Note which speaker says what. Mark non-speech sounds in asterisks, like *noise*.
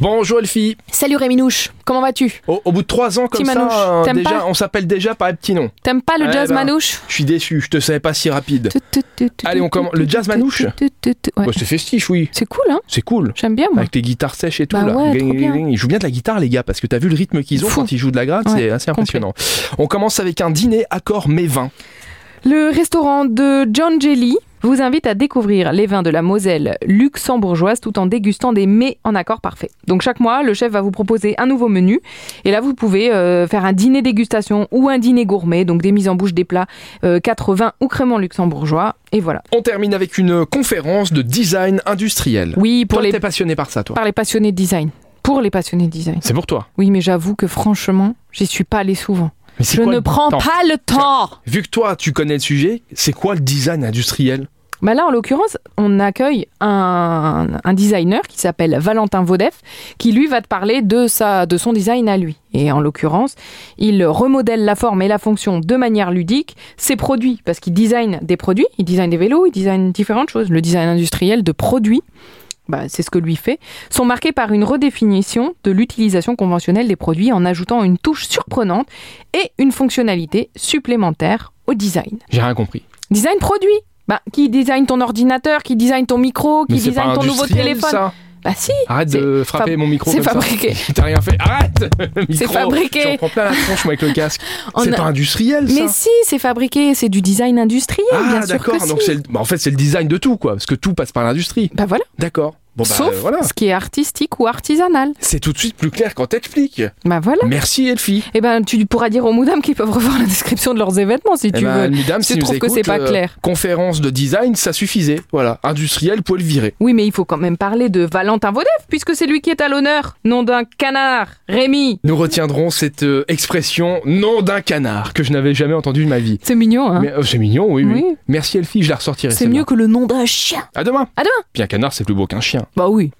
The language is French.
Speaker 1: Bonjour Elfie.
Speaker 2: Salut Réminouche, comment vas-tu
Speaker 1: Au, au bout de trois ans comme
Speaker 2: Petit Manouche,
Speaker 1: ça, euh,
Speaker 2: t'aimes
Speaker 1: déjà,
Speaker 2: pas
Speaker 1: on s'appelle déjà par les petits noms.
Speaker 2: T'aimes pas le
Speaker 1: Eh
Speaker 2: jazz
Speaker 1: ben.
Speaker 2: manouche
Speaker 1: Je suis déçu, je te savais pas si rapide.
Speaker 2: Tout, tout, tout, tout,
Speaker 1: Allez, on
Speaker 2: tout,
Speaker 1: commence.
Speaker 2: tout,
Speaker 1: Le
Speaker 2: tout,
Speaker 1: jazz
Speaker 2: tout,
Speaker 1: manouche
Speaker 2: tout, tout, tout, ouais.
Speaker 1: Bah, c'est festif, oui.
Speaker 2: C'est cool, hein
Speaker 1: C'est cool.
Speaker 2: J'aime bien, moi.
Speaker 1: Avec les guitares sèches et tout.
Speaker 2: Bah
Speaker 1: là.
Speaker 2: ouais,
Speaker 1: Gling,
Speaker 2: trop bien.
Speaker 1: gling. Ils jouent bien de la guitare, les gars, parce que t'as vu le rythme qu'ils ont
Speaker 2: Fou.
Speaker 1: quand ils jouent de la gratte,
Speaker 2: Ouais,
Speaker 1: c'est assez
Speaker 2: complet.
Speaker 1: impressionnant. On commence avec un dîner accord mai 20.
Speaker 2: Le restaurant de John Jelly vous invite à découvrir les vins de la Moselle luxembourgeoise tout en dégustant des mets en accord parfait. Donc chaque mois, le chef va vous proposer un nouveau menu et là vous pouvez euh, faire un dîner dégustation ou un dîner gourmet, donc des mises en bouche des plats euh, 80 ou créments luxembourgeois et voilà.
Speaker 1: On termine avec une conférence de design industriel.
Speaker 2: Oui, pour
Speaker 1: Toi,
Speaker 2: les
Speaker 1: t'es passionné par ça, toi.
Speaker 2: par les passionnés de design. Pour les passionnés de design.
Speaker 1: C'est pour toi.
Speaker 2: Oui, mais j'avoue que franchement, j'y suis pas allée souvent.
Speaker 1: Mais c'est
Speaker 2: Je
Speaker 1: quoi
Speaker 2: ne
Speaker 1: le-
Speaker 2: prends
Speaker 1: Attends,
Speaker 2: pas le temps.
Speaker 1: Vu que toi, tu connais le sujet, c'est quoi le design industriel
Speaker 2: Bah là, en l'occurrence, on accueille un, un designer qui s'appelle Valentin Vaudef, qui lui va te parler de, sa, de son design à lui. Et en l'occurrence, il remodèle la forme et la fonction de manière ludique, ses produits, parce qu'il design des produits, il design des vélos, il design différentes choses. Le design industriel de produits, bah, c'est ce que lui fait, sont marqués par une redéfinition de l'utilisation conventionnelle des produits en ajoutant une touche surprenante et une fonctionnalité supplémentaire au design.
Speaker 1: J'ai rien compris.
Speaker 2: Design produit. Bah, qui design ton ordinateur, qui design ton micro, qui
Speaker 1: Mais c'est pas
Speaker 2: design ton nouveau
Speaker 1: industriel,
Speaker 2: téléphone.
Speaker 1: ça.
Speaker 2: Bah si,
Speaker 1: Arrête
Speaker 2: C'est
Speaker 1: de frapper
Speaker 2: fab-
Speaker 1: mon micro
Speaker 2: c'est
Speaker 1: comme ça.
Speaker 2: fabriqué.
Speaker 1: T'as rien fait. Arrête *laughs*
Speaker 2: C'est
Speaker 1: Micro,
Speaker 2: fabriqué.
Speaker 1: J'en prends plein la tronche moi, avec le casque.
Speaker 2: *laughs* On
Speaker 1: C'est
Speaker 2: a-
Speaker 1: pas industriel ça.
Speaker 2: Mais si, c'est fabriqué, c'est du design industriel, bien
Speaker 1: ah
Speaker 2: sûr que
Speaker 1: d'accord.
Speaker 2: si.
Speaker 1: Donc c'est le- bah, en fait c'est le design de tout quoi, parce que tout passe par l'industrie.
Speaker 2: Bah voilà,
Speaker 1: D'accord. Bon bah
Speaker 2: sauf
Speaker 1: euh, voilà.
Speaker 2: ce qui est artistique ou artisanal.
Speaker 1: C'est tout de suite plus clair quand t'expliques.
Speaker 2: Bah voilà.
Speaker 1: Merci Elfie.
Speaker 2: Eh ben tu pourras dire aux moudams qu'ils peuvent revoir la description de leurs événements si
Speaker 1: Eh
Speaker 2: tu
Speaker 1: ben,
Speaker 2: veux.
Speaker 1: mesdames,
Speaker 2: Je
Speaker 1: si nous
Speaker 2: trouve que c'est
Speaker 1: écoutent, euh,
Speaker 2: pas clair.
Speaker 1: Conférence de design, ça suffisait. Voilà. Industriel, pouvez le virer.
Speaker 2: Oui, mais il faut quand même parler de Valentin Vaudef, puisque c'est lui qui est à l'honneur. Nom d'un canard, Rémi.
Speaker 1: Nous retiendrons cette euh, expression nom d'un canard que je n'avais jamais entendue de ma vie.
Speaker 2: C'est mignon, hein
Speaker 1: Mais, euh, c'est mignon, oui, oui,
Speaker 2: Oui.
Speaker 1: Merci Elfie, je la ressortirai.
Speaker 2: C'est
Speaker 1: celle-là.
Speaker 2: mieux que le nom d'un chien.
Speaker 1: À demain.
Speaker 2: À demain.
Speaker 1: Puis un canard, c'est plus beau qu'un chien.
Speaker 2: Bah oui.